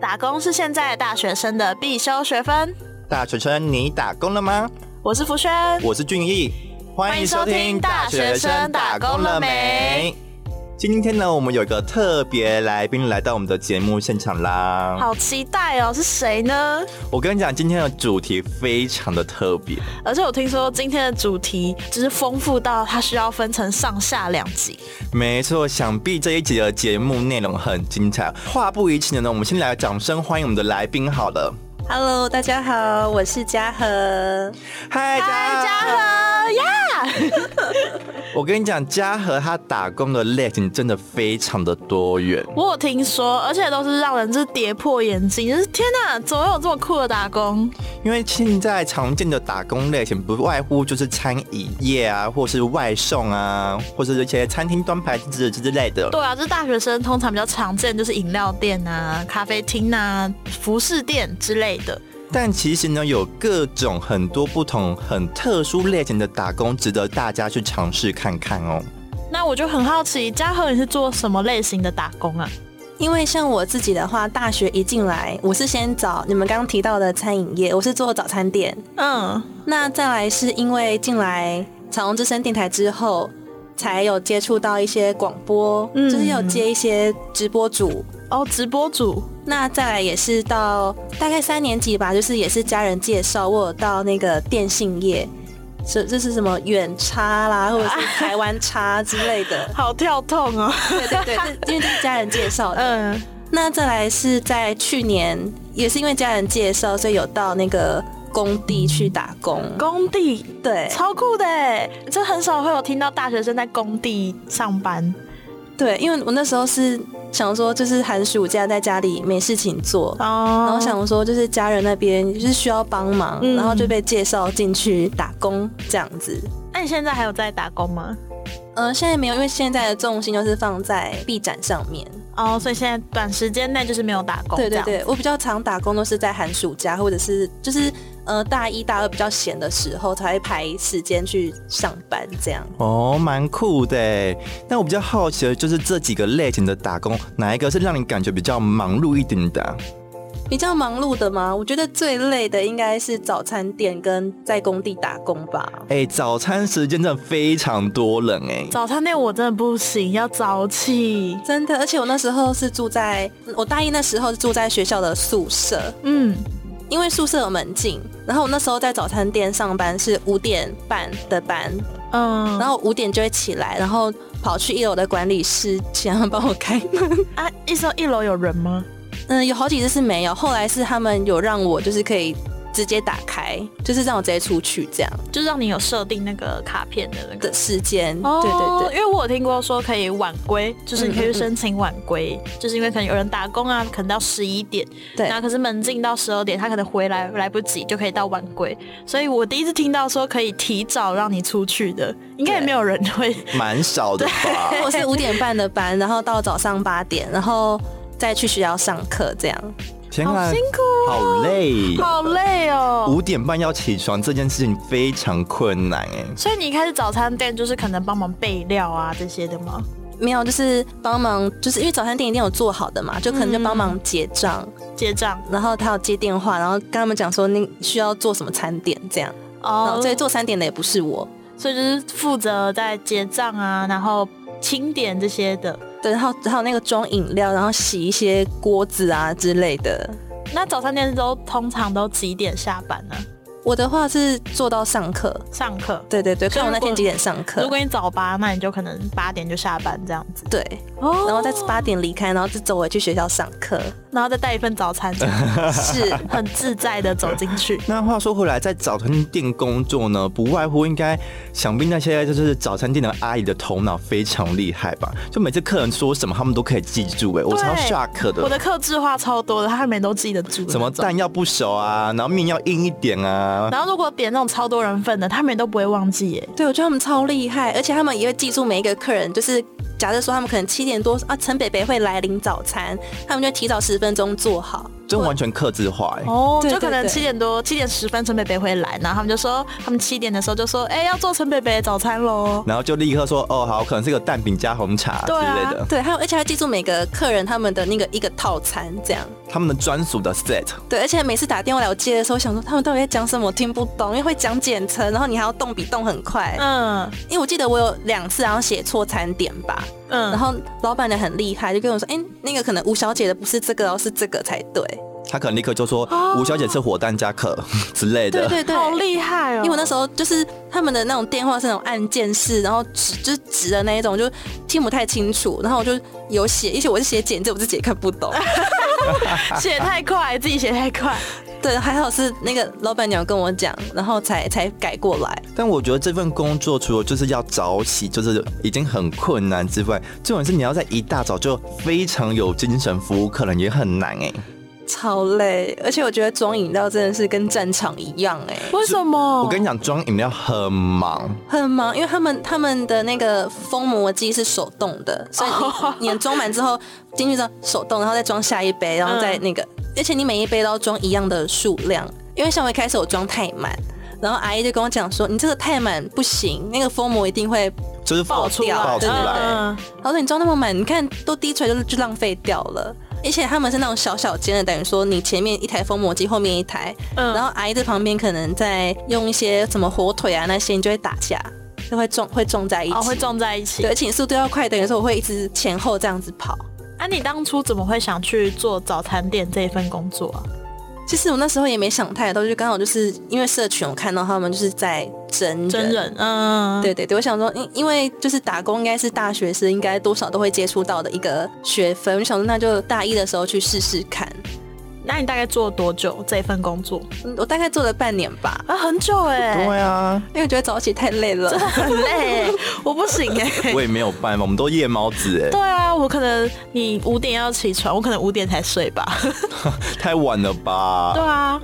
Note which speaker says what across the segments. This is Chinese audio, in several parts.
Speaker 1: 打工是现在大学生的必修学分。
Speaker 2: 大学生，你打工了吗？
Speaker 1: 我是福轩，
Speaker 2: 我是俊逸，欢迎收听《大学生打工了没》。今天呢，我们有一个特别来宾来到我们的节目现场啦。
Speaker 1: 好期待哦，是谁呢？
Speaker 2: 我跟你讲，今天的主题非常的特别，
Speaker 1: 而且我听说今天的主题就是丰富到它需要分成上下两集。
Speaker 2: 没错，想必这一集的节目内容很精彩。话不宜迟呢，我们先来掌声欢迎我们的来宾好了。
Speaker 3: Hello，大家好，我是嘉禾。
Speaker 2: 嗨，
Speaker 1: 嗨，嘉禾呀！
Speaker 2: 我跟你讲，嘉禾他打工的类型真的非常的多元。
Speaker 1: 我有听说，而且都是让人就是跌破眼镜，就是天哪，怎么有这么酷的打工？
Speaker 2: 因为现在常见的打工类型不外乎就是餐饮业啊，或是外送啊，或是一些餐厅端盘子之类的。
Speaker 1: 对啊，就是大学生通常比较常见，就是饮料店啊、咖啡厅啊、服饰店之类的。
Speaker 2: 但其实呢，有各种很多不同、很特殊类型的打工，值得大家去尝试看看哦。
Speaker 1: 那我就很好奇，嘉禾你是做什么类型的打工啊？
Speaker 3: 因为像我自己的话，大学一进来，我是先找你们刚刚提到的餐饮业，我是做早餐店。
Speaker 1: 嗯，
Speaker 3: 那再来是因为进来彩虹之声电台之后，才有接触到一些广播，
Speaker 1: 嗯
Speaker 3: 就是有接一些直播主。
Speaker 1: 哦，直播主，。
Speaker 3: 那再来也是到大概三年级吧，就是也是家人介绍，我有到那个电信业，这这是什么远差啦，或者是台湾差之类的
Speaker 1: 好跳痛哦。
Speaker 3: 对对对，这因为这是家人介绍的。
Speaker 1: 嗯，
Speaker 3: 那再来是在去年，也是因为家人介绍，所以有到那个工地去打工。
Speaker 1: 工地
Speaker 3: 对
Speaker 1: 超酷的耶，这很少会有听到大学生在工地上班。
Speaker 3: 对，因为我那时候是想说，就是寒暑假在家里没事情做，
Speaker 1: 哦，
Speaker 3: 然后想说就是家人那边就是需要帮忙，
Speaker 1: 嗯
Speaker 3: 然后就被介绍进去打工这样子。
Speaker 1: 那你现在还有在打工吗？
Speaker 3: 嗯、现在没有，因为现在的重心就是放在 B 展上面。
Speaker 1: 哦，所以现在短时间内就是没有打工，
Speaker 3: 对对
Speaker 1: 哦这样
Speaker 3: 对，我比较常打工都是在寒暑假或者是就是呃大一大二比较闲的时候才会排时间去上班这样。
Speaker 2: 哦，蛮酷的耶。那我比较好奇的就是这几个类型的打工，哪一个是让你感觉比较忙碌一点的啊、
Speaker 3: 比较忙碌的吗？我觉得最累的应该是早餐店跟在工地打工吧。
Speaker 2: 哎、早餐时间真的非常多人哎。
Speaker 1: 早餐店我真的不行，要早起。
Speaker 3: 真的，而且我那时候是住在我大一那时候是住在学校的宿舍，
Speaker 1: 嗯，
Speaker 3: 因为宿舍有门禁。然后我那时候在早餐店上班是五点半的班，
Speaker 1: 嗯，
Speaker 3: 然后五点就会起来，然后跑去一楼的管理室请他们帮我开门。
Speaker 1: 啊，一楼一楼有人吗？
Speaker 3: 嗯，有好几次是没有，后来是他们有让我就是可以直接打开，就是让我直接出去这样
Speaker 1: 就让你有设定那个卡片的那个
Speaker 3: 的。时间。
Speaker 1: 哦
Speaker 3: 嗯对对对。
Speaker 1: 因为我有听过说可以晚归，就是你可以去申请晚归，就是因为可能有人打工啊，可能到十一点，
Speaker 3: 对
Speaker 1: 然后可是门禁到十二点，他可能回来来不及，就可以到晚归。所以我第一次听到说可以提早让你出去的，应该也
Speaker 3: 对
Speaker 1: 没有人 会。
Speaker 2: 蛮少的吧？
Speaker 3: 我是五点半的班，然后到早上八点，然后再去学校上课，这样哎
Speaker 2: 天
Speaker 1: 好
Speaker 2: 啊
Speaker 1: 辛，苦，哦
Speaker 2: 好
Speaker 3: 啊
Speaker 2: 累。
Speaker 1: 好累哦。
Speaker 2: 五点半要起床这件事情非常困难哎。
Speaker 1: 所以你一开始早餐店就是可能帮忙备料啊这些的吗？
Speaker 3: 没有就是帮忙，就是因为早餐店一定有做好的嘛，就可能就帮
Speaker 1: 嗯
Speaker 3: 忙结账，
Speaker 1: 结账
Speaker 3: 然后他有接电话，然后跟他们讲说那需要做什么餐点这样，然
Speaker 1: 哦
Speaker 3: 后，所以做餐点的也不是我，
Speaker 1: 所以就是负责在结账啊，然后清点这些的。
Speaker 3: 对，然后还有那个装饮料，然后洗一些锅子啊之类的。
Speaker 1: 那早餐店都通常都几点下班呢？
Speaker 3: 我的话是做到上课，
Speaker 1: 上课。
Speaker 3: 对对对，
Speaker 1: 所以
Speaker 3: 看我
Speaker 1: 如
Speaker 3: 那
Speaker 1: 果
Speaker 3: 天几点上
Speaker 1: 如
Speaker 3: 课，
Speaker 1: 果你早八，那你就可能八点就下班这样子。
Speaker 3: 对，
Speaker 1: 哦
Speaker 3: 然后再八点离开，然后就走回去学校上 课，
Speaker 1: 然后再带一份早 餐，这样
Speaker 3: 是。
Speaker 1: 很自在的走进去。
Speaker 2: 那话说回来，在早餐店工作呢，不外乎应该想必那些就是早餐店的阿姨的头脑非常厉害吧？就每次客人说什么，他们都可以记住哎，我超 shock
Speaker 1: 我
Speaker 2: 的。
Speaker 1: 的克制化超多的，他们都记得住。
Speaker 2: 什么？蛋要不熟啊，然后面要硬一点啊，
Speaker 1: 然后如果点那种超多人份的，他们都不会忘记耶。
Speaker 3: 对，我觉得他们超厉害，而且他们也会记住每一个客人。就是假设说他们可能七点多啊，陈北北会来领早餐，他们就提早十分钟做好，
Speaker 2: 真完全克制化哎、
Speaker 1: 哦，
Speaker 3: 对
Speaker 1: 就可
Speaker 3: 对
Speaker 1: 能
Speaker 3: 对
Speaker 1: 七点多、七点十分陈北北会来，然后他们就说，他们七点的时候就说，哎、要做陈北北的早餐喽。
Speaker 2: 然后就立刻说哦好，可能是个蛋饼加红茶之
Speaker 1: 对啊
Speaker 2: 类的，
Speaker 3: 对，还有而且还记住每个客人他们的那个一个套餐这样。
Speaker 2: 他们的专属的 set。
Speaker 3: 对，而且每次打电话来我接的时候，我想说他们到底在讲什么，我听不懂，因为会讲简称，然后你还要动笔动很快。
Speaker 1: 嗯
Speaker 3: 因为我记得我有两次好像写错餐点吧，
Speaker 1: 嗯，
Speaker 3: 然后老板娘很厉害，就跟我说，哎、那个可能吴小姐的不是这个哦，是这个才对。
Speaker 2: 他可能立刻就说
Speaker 1: 哦
Speaker 2: 吴小姐吃火蛋加可 之类的
Speaker 3: 对，对对，
Speaker 1: 好厉害哦！
Speaker 3: 因为我那时候就是他们的那种电话是那种按键式，然后直就是直的那一种，就听不太清楚。然后我就有写，而且我是写简介，我自己也看不懂。
Speaker 1: 候写太快，自己写太 快，
Speaker 3: 对，还好是那个老板娘跟我讲，然后才才改过来。
Speaker 2: 但我觉得这份工作除了就是要早起，就是已经很困难之外，重点是你要在一大早就非常有精神服务客人也很难哎、
Speaker 3: 超累，而且我觉得装饮料真的是跟战场一样哎、
Speaker 1: 为什么？
Speaker 2: 我跟你讲，装饮料很忙，
Speaker 3: 很忙，因为他们他们的那个封膜机是手动的，
Speaker 1: 哦
Speaker 3: 所以 你你装满之后进去之后手动，然后再装下一杯，然后再那个，
Speaker 1: 嗯
Speaker 3: 而且你每一杯都要装一样的数量，因为像我一开始我装太满，然后阿姨就跟我讲说你这个太满不行，那个封膜一定会，
Speaker 2: 就是
Speaker 3: 爆出来
Speaker 2: 爆出
Speaker 3: 对
Speaker 2: 来。
Speaker 1: 嗯，
Speaker 3: 然后说你装那么满，你看都滴出来就就浪费掉了。而且他们是那种小小间的，等于说你前面一台封膜机，后面一台，
Speaker 1: 嗯
Speaker 3: 然后阿姨在旁边可能在用一些什么火腿啊那些，你就会打架，就会撞会撞在一起。
Speaker 1: 哦，会撞在一起
Speaker 3: 对，。而且你速度要快，等于说我会一直前后这样子跑。
Speaker 1: 啊，你当初怎么会想去做早餐店这一份工作啊？
Speaker 3: 其实我那时候也没想太多，就刚好就是因为社群我看到他们就是在真人。
Speaker 1: 真人，嗯，
Speaker 3: 对对对，我想说，因因为就是打工应该是大学生应该多少都会接触到的一个学分，我就想说那就大一的时候去试试看。
Speaker 1: 那你大概做了多久这份工作？
Speaker 3: 嗯我大概做了半年吧，
Speaker 1: 啊，很久 哎、
Speaker 2: 对啊，
Speaker 3: 因为我觉得早起太欸累欸了。
Speaker 1: 很累、 我不行哎、
Speaker 2: 我也没有办法，我们都夜猫子哎、
Speaker 1: 对啊，我可能你五点要起床，我可能五点才睡吧。
Speaker 2: 太晚了吧？
Speaker 1: 对啊，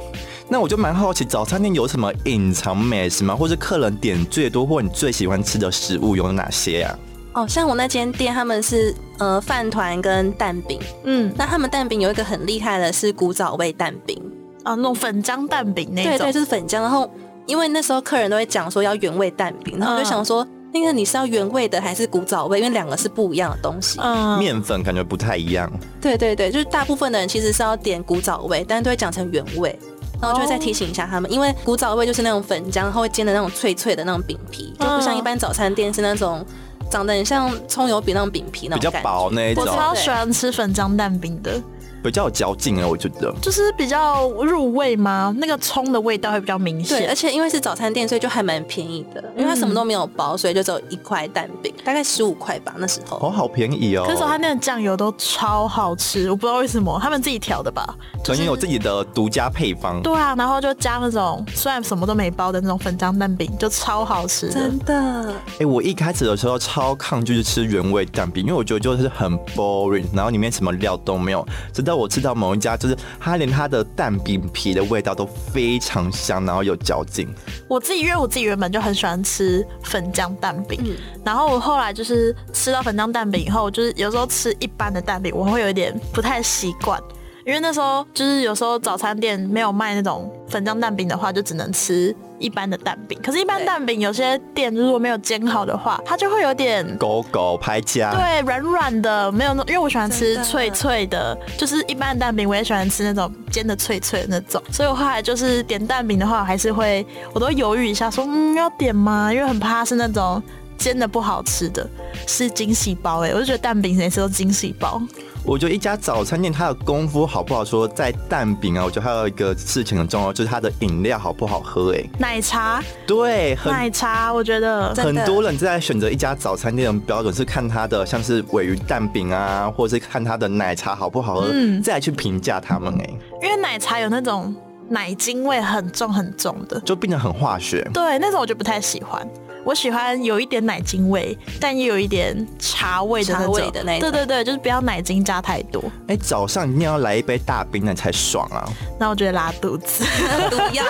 Speaker 2: 那我就蛮好奇，早餐店有什么隐藏美食吗？或是客人点最多或你最喜欢吃的食物有哪些啊呀、
Speaker 3: 哦，像我那间店他们是呃饭团跟蛋饼，
Speaker 1: 嗯，
Speaker 3: 那他们蛋饼有一个很厉害的是古早味蛋饼，
Speaker 1: 啊，那种粉浆蛋饼那
Speaker 3: 对
Speaker 1: 种
Speaker 3: 对，，就是粉浆。然后因为那时候客人都会讲说要原味蛋饼，然后我就想说、那个你是要原味的还是古早味？因为两个是不一样的东西。
Speaker 1: 嗯，
Speaker 2: 面粉感觉不太一样，
Speaker 3: 对对对，就是大部分的人其实是要点古早味，但是都会讲成原味。然后就会再提醒一下他们因为古早味就是那种粉浆，然后会煎的那种脆脆的那种饼皮，就不像
Speaker 1: 嗯
Speaker 3: 一般早餐店是那种长得很像葱油饼那种饼皮那
Speaker 2: 比
Speaker 3: 种
Speaker 2: 较
Speaker 3: 感觉。
Speaker 2: 薄那一种
Speaker 1: 我，超
Speaker 3: 对
Speaker 1: 喜欢吃粉浆蛋饼的，
Speaker 2: 比较有嚼劲哎，我觉得。
Speaker 1: 就是比较入味嘛，那个葱的味道会比较明
Speaker 3: 对，而
Speaker 1: 显。
Speaker 3: 且因为是早餐店，所以就还蛮便宜的，因为它什么都没有包，所以就只有一块蛋饼，大概十五块吧那时候。
Speaker 2: 哦，好便宜哦！
Speaker 1: 可是早餐店的酱油都超好吃，我不知道为什么他们自己调的吧？
Speaker 2: 曾经有自己的独家配方，
Speaker 1: 对啊，然后就加那种虽然什么都没包的那种粉浆蛋饼，就超好吃的。
Speaker 3: 真的，
Speaker 2: 哎、我一开始的时候超抗拒吃原味蛋饼，因为我觉得就是很 boring，然后里面什么料都没有。直到我吃到某一家，就是它连它的蛋饼皮的味道都非常香，然后有嚼劲。
Speaker 1: 我自己因为我自己原本就很喜欢吃粉浆蛋饼，然后我后来就是吃到粉浆蛋饼以后，就是有时候吃一般的蛋饼，我会有一点不太习惯。因为那时候就是有时候早餐店没有卖那种粉浆蛋饼的话，就只能吃一般的蛋饼。可是，一般
Speaker 3: 对
Speaker 1: 蛋饼有些店如果没有煎好的话，它就会有点
Speaker 2: 狗狗拍家，
Speaker 1: 对，软软的，没有那，因为我喜欢吃
Speaker 3: 真的
Speaker 1: 脆脆的，就是一般的蛋饼，我也喜欢吃那种煎的脆脆的那种。所以我后来就是点蛋饼的话，我还是会，我都会犹豫一下说，嗯，要点吗？因为很怕它是那种煎的不好吃的，是惊喜包哎、我就觉得蛋饼每次都惊喜包，
Speaker 2: 我觉得一家早餐店它的功夫好不好说，在蛋饼啊，我觉得还有一个事情很重要，就是它的饮料好不好喝、哎，
Speaker 1: 奶茶，
Speaker 2: 对，很
Speaker 1: 奶茶，我觉得
Speaker 3: 真
Speaker 2: 很
Speaker 3: 的
Speaker 2: 多人在选择一家早餐店的标准是看它的像是尾鱼蛋饼啊，或者是看它的奶茶好不好喝，
Speaker 1: 嗯
Speaker 2: 再来去评价他们、哎，
Speaker 1: 因为奶茶有那种奶精味很重很重的，
Speaker 2: 就变得很化学。
Speaker 1: 对，那种我就不太喜欢。我喜欢有一点奶精味，但也有一点茶味的那种。
Speaker 3: 茶味的那种
Speaker 1: 对对对，就是不要奶精加太多，
Speaker 2: 哎、早上一定要来一杯大冰奶才爽啊！
Speaker 1: 那我觉得拉肚子。
Speaker 3: 毒药。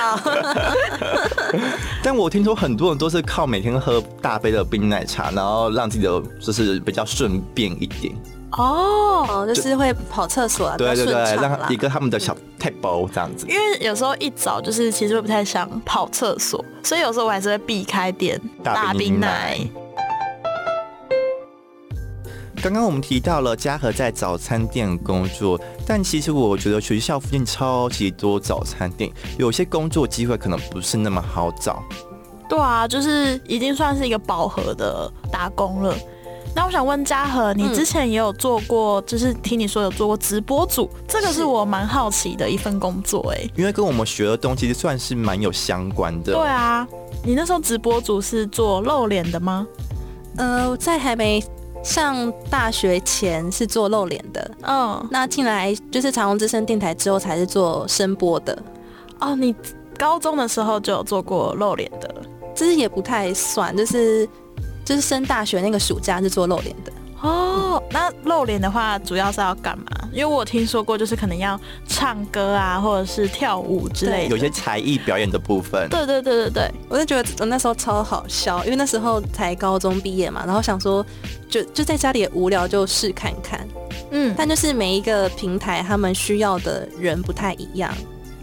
Speaker 2: 但我听说很多人都是靠每天喝大杯的冰奶茶，然后让自己的就是比较顺便一点。
Speaker 1: 哦，
Speaker 3: 哦，就是会跑厕所啊，比较
Speaker 2: 对对对
Speaker 3: 顺，畅啦
Speaker 2: 让一个他们的小 table 这样子。
Speaker 1: 因为有时候一早就是其实会不太想跑厕所，所以有时候我还是会避开点
Speaker 2: 大冰
Speaker 1: 冰
Speaker 2: 奶
Speaker 1: 奶。
Speaker 2: 刚刚我们提到了嘉禾在早餐店工作，但其实我觉得学校附近超级多早餐店，有些工作机会可能不是那么好找。
Speaker 1: 对啊，就是已经算是一个饱和的打工了。那我想问嘉禾，你
Speaker 3: 嗯
Speaker 1: 之前也有做过，就是听你说有做过直播主，这个
Speaker 3: 是
Speaker 1: 是我蛮好奇的一份工作哎、
Speaker 2: 因为跟我们学的东西算是蛮有相关的。
Speaker 1: 对啊，你那时候直播主是做露脸的吗？
Speaker 3: 呃，我在还没上大学前是做露脸的，
Speaker 1: 嗯，
Speaker 3: 那进来就是长虹之声电台之后才是做声波的，
Speaker 1: 哦，你高中的时候就有做过露脸的。
Speaker 3: 其实也不太算，就是就是升大学那个暑假是做露脸的，
Speaker 1: 哦，那露脸的话主要是要干嘛？因为我有听说过，就是可能要唱歌啊，或者是跳舞之类
Speaker 2: 有
Speaker 1: 的。
Speaker 2: 些才艺表演的部分，
Speaker 1: 对对对对对，
Speaker 3: 我就觉得我那时候超好笑，因为那时候才高中毕业嘛，然后想说就就在家里也无聊就试看看，
Speaker 1: 嗯，
Speaker 3: 但就是每一个平台他们需要的人不太一样。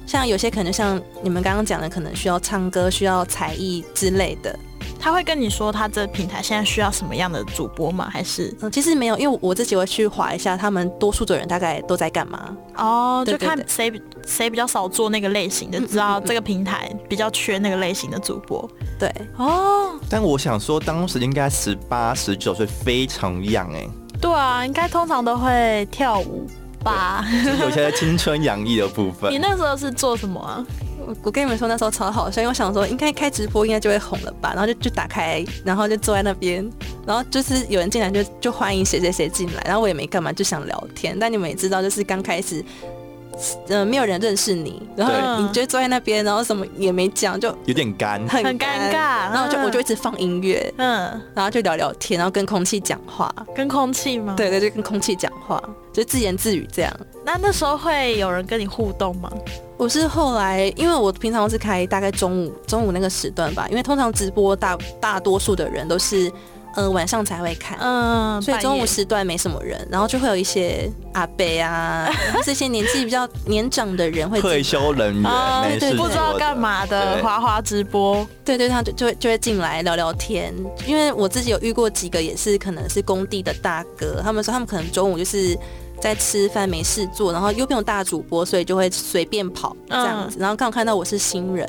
Speaker 3: 像有些可能像你们刚刚讲的，可能需要唱歌、需要才艺之类的，
Speaker 1: 他会跟你说他这平台现在需要什么样的主播吗？还是
Speaker 3: 嗯，其实没有，因为我自己会去划一下，他们多数的人大概都在干嘛。
Speaker 1: 哦，
Speaker 3: 对
Speaker 1: 就
Speaker 3: 对
Speaker 1: 看
Speaker 3: 对
Speaker 1: 谁比谁比较少做那个类型的，知道这个平台比较缺那个类型的主播。
Speaker 3: 对，
Speaker 1: 哦，
Speaker 2: 但我想说，当时应该十八、十九岁，非常 young 哎、
Speaker 1: 对啊，应该通常都会跳舞吧？
Speaker 2: 就是有些青春洋溢的部分
Speaker 1: 你。那时候是做什么啊？
Speaker 3: 我我跟你们说那时候超好笑，因为我想说应该开直播应该就会红了吧，然后就就打开，然后就坐在那边，然后就是有人进来就就欢迎谁谁谁进来，然后我也没干嘛，就想聊天。但你们也知道，就是刚开始，嗯、没有人认识你，然后
Speaker 1: 对
Speaker 3: 你就坐在那边，然后什么也没讲，就
Speaker 2: 有点干，
Speaker 3: 很
Speaker 1: 很尴尬
Speaker 3: 然后就
Speaker 1: 嗯
Speaker 3: 我就一直放音乐，
Speaker 1: 嗯，
Speaker 3: 然后就聊聊天，然后跟空气讲话，
Speaker 1: 跟空气吗？。
Speaker 3: 对对，就跟空气讲话，就自言自语这样。
Speaker 1: 那那时候会有人跟你互动吗？
Speaker 3: 我是后来，因为我平常是开大概中午中午那个时段吧，因为通常直播大大多数的人都是，呃晚上才会看，
Speaker 1: 嗯，
Speaker 3: 所以中
Speaker 1: 半夜
Speaker 3: 午时段没什么人，然后就会有一些阿伯啊，这些年纪比较年长的人会进
Speaker 2: 退休人员、
Speaker 1: 啊
Speaker 2: 没事
Speaker 3: 对
Speaker 1: 不
Speaker 2: 做
Speaker 1: 知道
Speaker 2: 的
Speaker 1: 干嘛的
Speaker 2: 对
Speaker 1: 滑滑直播，
Speaker 3: 对对，他就就会就会进来聊聊天，因为我自己有遇过几个也是可能是工地的大哥，他们说他们可能中午就是在吃饭没事做，然后又没有大主播，所以就会随便跑这样子，然后刚好看到我是新人，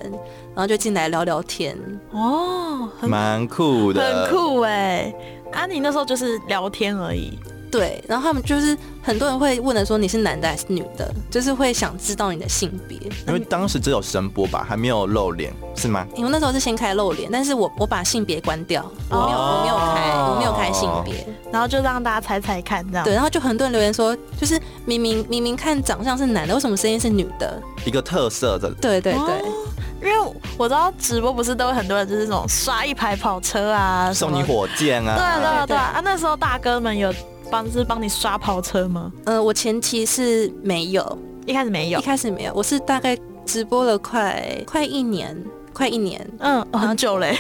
Speaker 3: 然后就进来聊聊天，
Speaker 1: 哦，很
Speaker 2: 蛮酷的，
Speaker 1: 很酷哎、啊，你那时候就是聊天而已，
Speaker 3: 对，然后他们就是很多人会问的说你是男的还是女的，就是会想知道你的性别。
Speaker 2: 因为当时只有声波吧，还没有露脸，是吗？
Speaker 3: 因为那时候是先开露脸，但是我我把性别关掉，
Speaker 1: 哦
Speaker 3: 我没有、我没有开
Speaker 2: 哦
Speaker 3: 我没有开性别，
Speaker 1: 然后就让大家猜猜看这样。
Speaker 3: 对，，然后就很多人留言说，就是明明明明看长相是男的，为什么声音是女的？
Speaker 2: 一个特色的，
Speaker 3: 对对对，
Speaker 1: 哦因为我知道直播不是都有很多人就是那种刷一排跑车啊，
Speaker 2: 送
Speaker 1: 什
Speaker 2: 你
Speaker 1: 么，
Speaker 2: 火箭
Speaker 1: 对啊对
Speaker 2: 啊，
Speaker 1: 啊对啊啊，那时候大哥们有帮是帮你刷跑车吗？
Speaker 3: 呃，我前期是没有，
Speaker 1: 一开始没
Speaker 3: 一
Speaker 1: 有，
Speaker 3: 开始没有，我是大概直播了快快一年，快一年，
Speaker 1: 嗯，哦很久 嘞，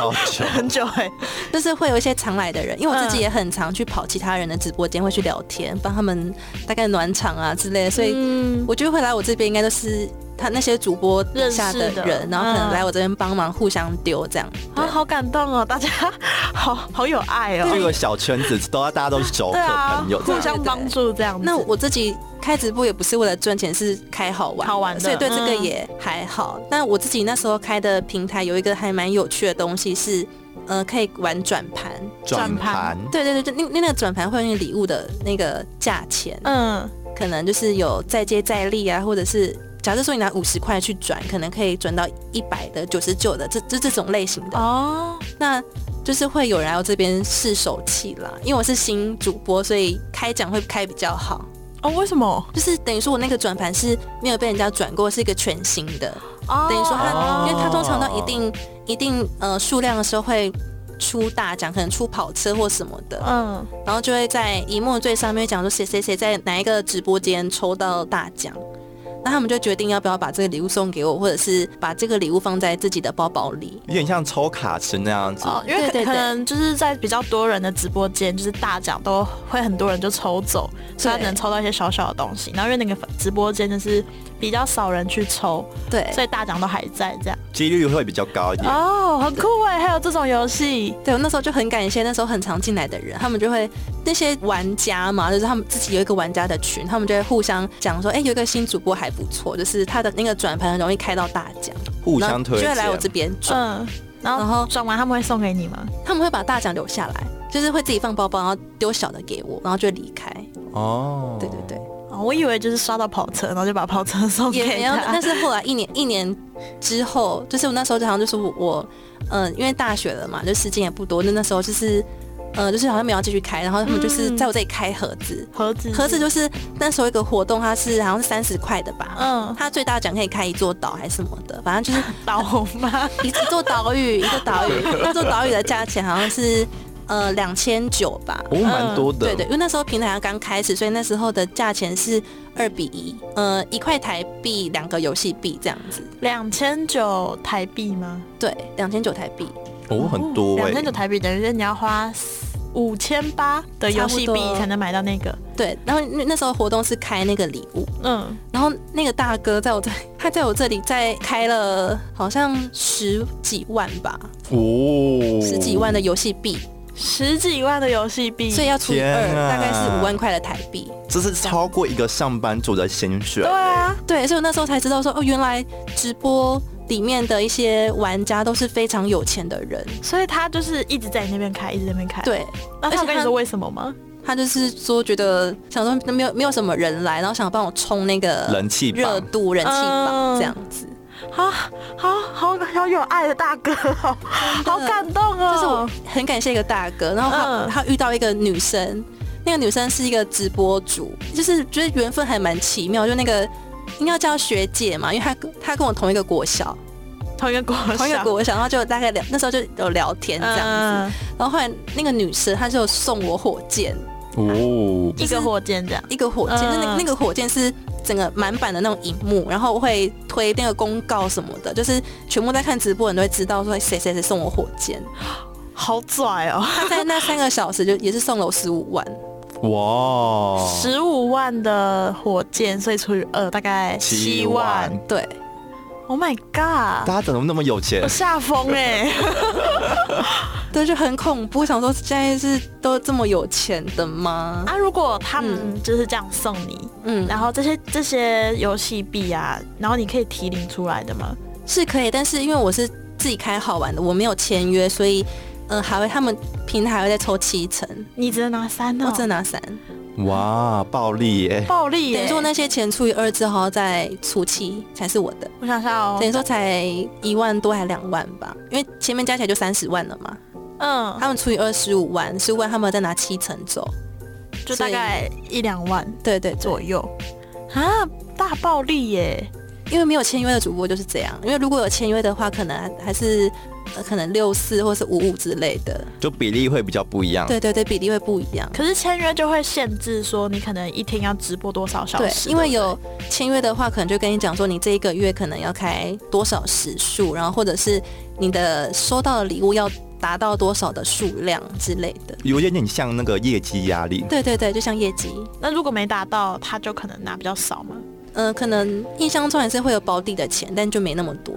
Speaker 2: 好久。
Speaker 1: 很久哎，
Speaker 3: 就是会有一些常来的人，因为我自
Speaker 1: 嗯
Speaker 3: 己也很常去跑其他人的直播间，会去聊天，帮他们大概暖场啊之类的，所以
Speaker 1: 嗯
Speaker 3: 我觉得会来我这边应该都是他那些主播底下的
Speaker 1: 认识的
Speaker 3: 人，然后可能
Speaker 1: 嗯
Speaker 3: 来我这边帮忙互相丢这样。对
Speaker 1: 啊，好感动哦，大家好好有爱哦，
Speaker 2: 这个小圈子都大家都是熟
Speaker 1: 对
Speaker 2: 客
Speaker 1: 啊
Speaker 2: 朋友，，这
Speaker 1: 互
Speaker 2: 样
Speaker 1: 相帮助这样子。
Speaker 3: 那我自己开直播也不是为了赚钱，是开好玩，
Speaker 1: 好玩的
Speaker 3: 所以对这个
Speaker 1: 嗯
Speaker 3: 也还好。那、我自己那时候开的平台有一个还蛮有趣的东西是，呃，可以玩转盘。
Speaker 2: 转
Speaker 1: 转
Speaker 2: 盘
Speaker 1: 盘
Speaker 3: 对对对，就那那那个转盘会有那个礼物的那个价钱，
Speaker 1: 嗯，
Speaker 3: 可能就是有再接再厉啊，或者是假设说你拿五十块去转，可能可以转到一百的、九十九的，这这这种类型的。
Speaker 1: 哦，
Speaker 3: 那就是会有人来我这边试手气啦，因为我是新主播，所以开奖会开比较好。
Speaker 1: 哦，为什么？
Speaker 3: 就是等于说我那个转盘是没有被人家转过，是一个全新的。
Speaker 1: 哦，
Speaker 3: 等于说它，
Speaker 2: 哦
Speaker 3: 因为它通常到一定一定呃数量的时候会出大奖，可能出跑车或什么的，
Speaker 1: 嗯，
Speaker 3: 然后就会在荧幕最上面讲说谁谁谁在哪一个直播间抽到大奖。那他们就决定要不要把这个礼物送给我，或者是把这个礼物放在自己的包包里。
Speaker 2: 有点像抽卡池那样子。
Speaker 1: 哦，因为可
Speaker 3: 对对对
Speaker 1: 可能就是在比较多人的直播间，就是大奖都会很多人就抽走，所以他只能抽到一些小小的东西。然后因为那个直播间就是比较少人去抽，
Speaker 3: 对，
Speaker 1: 所以大奖都还在这样。
Speaker 2: 几率会比较高一点。
Speaker 1: 哦，很酷哎，还有这种游戏。
Speaker 3: 对，我那时候就很感谢那时候很常进来的人，他们就会那些玩家嘛，就是他们自己有一个玩家的群，他们就会互相讲说，哎、有一个新主播还不错，就是他的那个转盘很容易开到大奖，
Speaker 2: 互
Speaker 3: 然
Speaker 2: 相
Speaker 3: 后
Speaker 2: 推
Speaker 3: 就
Speaker 2: 荐
Speaker 3: 会。来我这边转，
Speaker 1: 嗯，然
Speaker 3: 然
Speaker 1: 后
Speaker 3: 后
Speaker 1: 转完他们会送给你吗？
Speaker 3: 他们会把大奖留下来，就是会自己放包包，然后丢小的给我，然后就离开。
Speaker 2: 哦，
Speaker 3: 对对对，
Speaker 1: 哦，我以为就是刷到跑车，然后就把跑车送
Speaker 3: 也没
Speaker 1: 给
Speaker 3: 有。
Speaker 1: 他。
Speaker 3: 但是后来一年一年之后，就是我那时候就好像就是我，我嗯、因为大学了嘛，就时间也不多，那那时候就是。呃，就是好像没有要继续开，然后他们就是
Speaker 1: 嗯
Speaker 3: 在我这里开盒子，
Speaker 1: 盒子，
Speaker 3: 盒子就是那时候一个活动，它是好像是三十块的吧，
Speaker 1: 嗯
Speaker 3: 它最大奖可以开一座岛还是什么的，反正就是
Speaker 1: 导红吗？
Speaker 3: 一一座岛屿，一座岛屿，那座岛屿的价钱好像是呃两千九吧。
Speaker 2: 哦，蛮多的。
Speaker 1: 嗯
Speaker 3: 对对，因为那时候平台刚开始，所以那时候的价钱是二比一，呃，一块台币两个游戏币这样子，
Speaker 1: 两千九台币吗？
Speaker 3: 对，两千九台币，
Speaker 2: 哦，很多
Speaker 1: 嗯
Speaker 2: 哎、
Speaker 1: 两千九台币等于是你要花五千八的游戏
Speaker 3: 差不
Speaker 1: 币
Speaker 3: 多
Speaker 1: 才能买到那个。
Speaker 3: 对。然后那那时候活动是开那个礼物，
Speaker 1: 嗯，
Speaker 3: 然后那个大哥在我这， 他在我这里再开了好像十几万吧，
Speaker 2: 哦，
Speaker 3: 十几万的游戏币，
Speaker 1: 十几万的游戏币，
Speaker 3: 所以要除以
Speaker 2: 天
Speaker 3: 二，
Speaker 2: 啊
Speaker 3: 大概是五万块的台币。
Speaker 2: 这是超过一个上班族的薪水。
Speaker 1: 对啊，
Speaker 3: 对，所以我那时候才知道说，哦，原来直播里面的一些玩家都是非常有钱的人。
Speaker 1: 所以他就是一直在你那边开，一直在那边开。，
Speaker 3: 对，
Speaker 1: 那他有
Speaker 3: 而且
Speaker 1: 跟你
Speaker 3: 他
Speaker 1: 说为什么吗？
Speaker 3: 他就是说觉得想说没有没有什么人来，然后想帮我冲那个
Speaker 2: 人气榜
Speaker 3: 热度、人气榜
Speaker 1: 嗯
Speaker 3: 这样子。
Speaker 1: 啊，好好好有爱的大哥哦，好感动哦。
Speaker 3: 就是我很感谢一个大哥，然后他、
Speaker 1: 嗯
Speaker 3: 他遇到一个女生，那个女生是一个直播主，就是觉得缘分还蛮奇妙，就那个应该叫学姐嘛，因为她跟她跟我同一个国小，
Speaker 1: 同一个国小，
Speaker 3: 同一个国小，然后就大概聊那时候就有聊天这样子，
Speaker 1: 嗯
Speaker 3: 然后后来那个女生她就送我火箭，
Speaker 2: 哦，
Speaker 1: 一个火箭这样。
Speaker 3: 一个火箭，
Speaker 1: 嗯
Speaker 3: 就那那个火箭是整个满版的那种荧幕，然后会推那个公告什么的，就是全部在看直播的人都会知道说哎谁谁谁送我火箭，
Speaker 1: 好拽哦！
Speaker 3: 她在那三个小时就也是送了我十五万。
Speaker 2: 哇，
Speaker 1: 十五万的火箭，所以除以二大概
Speaker 2: 七
Speaker 1: 七
Speaker 2: 万
Speaker 1: 万。
Speaker 3: 对，
Speaker 1: Oh my
Speaker 2: 大
Speaker 1: god！
Speaker 2: 家怎么那么有钱
Speaker 1: 我？吓疯 哎！
Speaker 3: 对，就很恐怖，想说现在是都这么有钱的 吗？
Speaker 1: 啊，如果他们就是这样送你，
Speaker 3: 嗯，
Speaker 1: 然后这些这些游戏币啊，然后你可以提领出来的吗？
Speaker 3: 是可以，但是因为我是自己开好玩的，我没有签约，所以嗯、呃还会他们平台还会再抽七成，
Speaker 1: 你只能拿三
Speaker 3: 我
Speaker 1: 哦，
Speaker 3: 只拿啊三，
Speaker 2: 哇，暴利耶、
Speaker 1: 暴力欸
Speaker 3: 等于
Speaker 1: 耶！
Speaker 3: 说那些钱除以二之后再除七才是我的，
Speaker 1: 我想想哦
Speaker 3: 等，于说才一万多还两万吧，因为前面加起来就三十万了嘛，
Speaker 1: 嗯，
Speaker 3: 他们除以二十五万，十五万他们再拿七成走，
Speaker 1: 就大概一两万
Speaker 3: 对对对，
Speaker 1: 左右啊，大暴力耶！
Speaker 3: 因为没有签约的主播就是这样，因为如果有签约的话，可能还还是。呃可能六四或是五五之类的，
Speaker 2: 就比例会比较不一样。
Speaker 3: 对对对，比例会不一样。
Speaker 1: 可是签约就会限制说你可能一天要直播多少小
Speaker 3: 对，
Speaker 1: 时，
Speaker 3: 因为有签约的话，可能就跟你讲说，你这一个月可能要开多少时数，然后或者是你的收到的礼物要达到多少的数量之类的。
Speaker 2: 有点点像那个业绩压力，
Speaker 3: 对对对，就像业绩，
Speaker 1: 那如果没达到，他就可能拿比较少嘛。
Speaker 3: 嗯、可能印象中也是会有保底的钱，但就没那么多。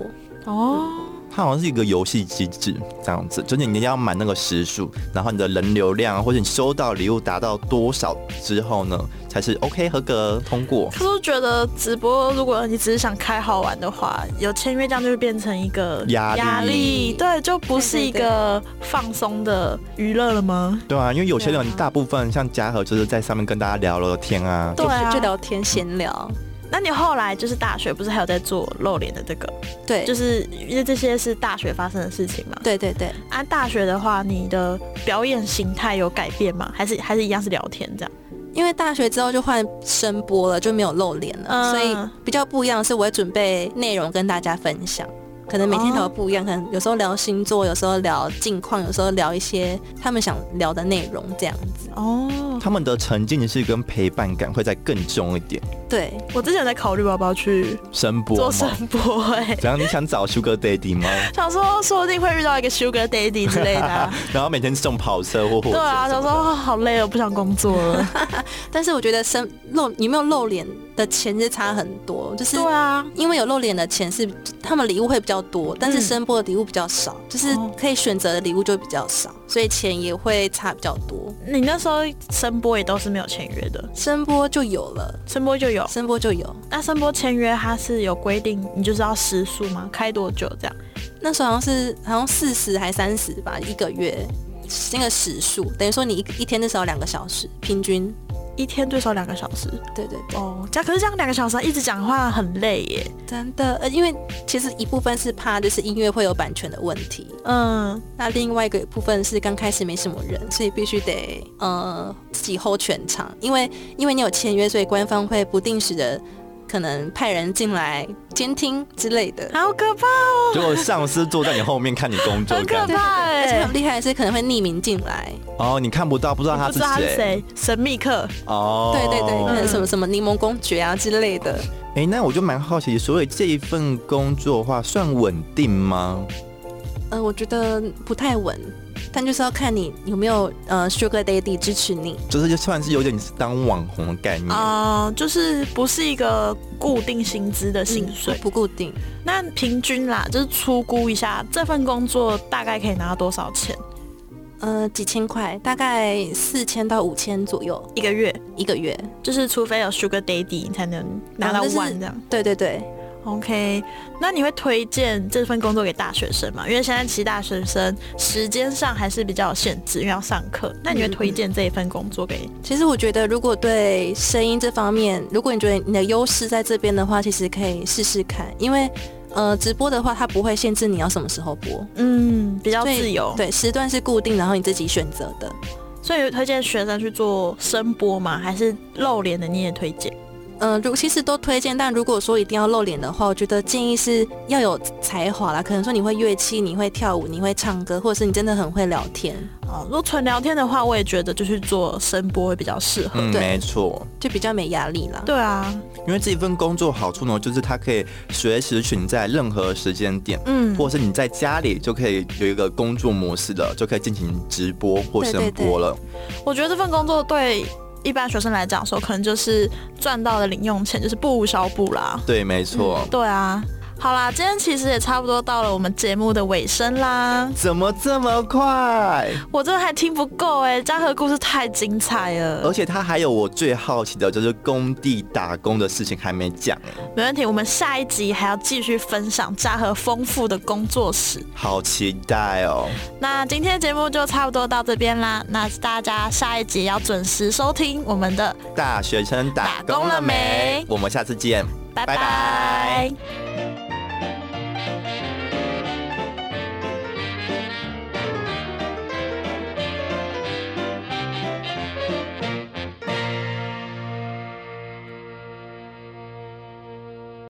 Speaker 1: 哦，
Speaker 2: 它好像是一个游戏机制这样子，就是你要满那个时数，然后你的人流量或者你收到礼物达到多少之后呢，才是 OK 合格通过。
Speaker 1: 可是我觉得直播，如果你只是想开好玩的话，有签约这样就会变成一个
Speaker 2: 压力
Speaker 1: 对，就不是一个放松的娱乐了吗？
Speaker 2: 对啊，因为有些人大部分像嘉禾就是在上面跟大家聊聊天啊，
Speaker 1: 对啊
Speaker 3: 就，聊天闲聊。
Speaker 1: 那你后来就是大学不是还有在做露脸的这个，
Speaker 3: 对，
Speaker 1: 就是是因为这些是大学发生的事情嘛？
Speaker 3: 对对对，
Speaker 1: 啊，大学的话，你的表演形态有改变吗？还是还是一样是聊天这样？
Speaker 3: 因为大学之后就换声波了，就没有露脸了，
Speaker 1: 嗯
Speaker 3: 所以比较不一样的是，我会准备内容跟大家分享。可能每天聊不一样，可能有时候聊星座，有时候聊近况，有时候聊一些他们想聊的内容，这样子。
Speaker 1: 哦，
Speaker 2: 他们的沉浸式跟陪伴感会再更重一点。
Speaker 3: 对，
Speaker 1: 我之前在考虑我要不要去
Speaker 2: 声波
Speaker 1: 做
Speaker 2: 吗
Speaker 1: 声？波、 哎，
Speaker 2: 然后你想找 Sugar Daddy 吗？
Speaker 1: 想说说不定会遇到一个 Sugar Daddy 之类的啊、
Speaker 2: 然后每天送跑车或火
Speaker 1: 对
Speaker 2: 车
Speaker 1: 啊，
Speaker 2: 什
Speaker 1: 想
Speaker 2: 么
Speaker 1: 说
Speaker 2: 的。
Speaker 1: 哦好累哦，不想工作了。
Speaker 3: 但是我觉得生露有没有露脸的钱是差很多，就是
Speaker 1: 对啊，
Speaker 3: 因为有露脸的钱是他们礼物会比较多，但是
Speaker 1: 嗯
Speaker 3: 声波的礼物比较少，就是
Speaker 1: 哦
Speaker 3: 可以选择的礼物就比较少，所以钱也会差比较多。
Speaker 1: 你那时候声波也都是没有签约的，
Speaker 3: 声波就有了，
Speaker 1: 声波就有。
Speaker 3: 声波就有。
Speaker 1: 那声波签约它是有规定，你就是要时数吗？开多久这样？
Speaker 3: 那时候好像是好像四十还三十吧，一个月那个时数，等于说你一一天至少两个小时平均。
Speaker 1: 一天最少两个小时
Speaker 3: 对对对，
Speaker 1: 哦，这样可是这样两个小时一直讲话很累耶。
Speaker 3: 真的，呃，因为其实一部分是怕就是音乐会有版权的问题，
Speaker 1: 嗯，
Speaker 3: 那另外一个部分是刚开始没什么人，所以必须得呃自己 hold 全场，因为因为你有签约，所以官方会不定时的可能派人进来监听之类的。
Speaker 1: 好可怕哦，
Speaker 2: 如果上司坐在你后面看你工作
Speaker 1: 很可
Speaker 2: 干嘛，
Speaker 1: 怕
Speaker 3: 而且
Speaker 1: 哎
Speaker 3: 很。厉害的是可能会匿名进来，
Speaker 2: 哦，你看不到，不知道他
Speaker 1: 不
Speaker 2: 是
Speaker 1: 知道他是
Speaker 2: 谁。
Speaker 1: 谁，神秘客
Speaker 2: 哦，
Speaker 3: 对对对，可能
Speaker 1: 嗯
Speaker 3: 什么什么柠檬公爵啊之类的。
Speaker 2: 哎，那我就蛮好奇，所以这一份工作的话，算稳定吗？
Speaker 3: 呃，我觉得不太稳，但就是要看你有没有呃 Sugar Daddy 支持你。
Speaker 2: 就是就算是有点当网红的概念。
Speaker 3: 哦
Speaker 1: 啊、就是不是一个固定薪资的薪水。
Speaker 3: 不固定，
Speaker 1: 那平均啦，就是粗估一下这份工作大概可以拿到多少钱
Speaker 3: 呃，几千块，大概四千到五千左右
Speaker 1: 一个月？
Speaker 3: 一个月。
Speaker 1: 就是除非有 Sugar Daddy，你才能拿到
Speaker 3: 嗯就是
Speaker 1: 万这样。
Speaker 3: 对对对，
Speaker 1: OK，那你会推荐这份工作给大学生吗？因为现在其实大学生时间上还是比较有限制，因为要上课。那你会推荐这一份工作给？
Speaker 3: 其实我觉得，如果对声音这方面，如果你觉得你的优势在这边的话，其实可以试试看，因为呃，直播的话，它不会限制你要什么时候播，
Speaker 1: 嗯，比较
Speaker 3: 所以
Speaker 1: 自由。，
Speaker 3: 对，时段是固定，然后你自己选择的。
Speaker 1: 所以你会推荐学生去做声波吗？还是露脸的你也推荐？
Speaker 3: 嗯、如其实都推荐，但如果说一定要露脸的话，我觉得建议是要有才华啦，可能说你会乐器，你会跳舞，你会唱歌，或者是你真的很会聊天，
Speaker 1: 哦，如果纯聊天的话，我也觉得就去做声波会比较适合。
Speaker 2: 嗯，
Speaker 3: 对
Speaker 2: 没错。
Speaker 3: 就比较没压力啦。
Speaker 1: 对啊，
Speaker 2: 因为这一份工作好处呢，就是它可以随时选在任何时间点，
Speaker 1: 嗯，
Speaker 2: 或者是你在家里就可以有一个工作模式的，就可以进行直播或声波了。
Speaker 1: 我觉得这份工作对一般学生来讲说，可能就是赚到的零用钱就是不无小补啦。
Speaker 2: 对，没
Speaker 3: 嗯
Speaker 2: 错。
Speaker 1: 对啊，好啦，今天其实也差不多到了我们节目的尾声啦。
Speaker 2: 怎么这么快？
Speaker 1: 我真的还听不够哎、嘉禾故事太精彩
Speaker 3: 呃
Speaker 1: 了
Speaker 2: 而。且他还有我最好奇的就是工地打工的事情还没讲哎，
Speaker 1: 没问题，我们下一集还要继续分享嘉禾丰富的工作史。
Speaker 2: 好期待哦！
Speaker 1: 那今天的节目就差不多到这边啦，那大家下一集要准时收听我们的，
Speaker 2: 大学生打工了
Speaker 1: 打工了
Speaker 2: 没
Speaker 1: 没？
Speaker 2: 我们下次见，
Speaker 1: 拜拜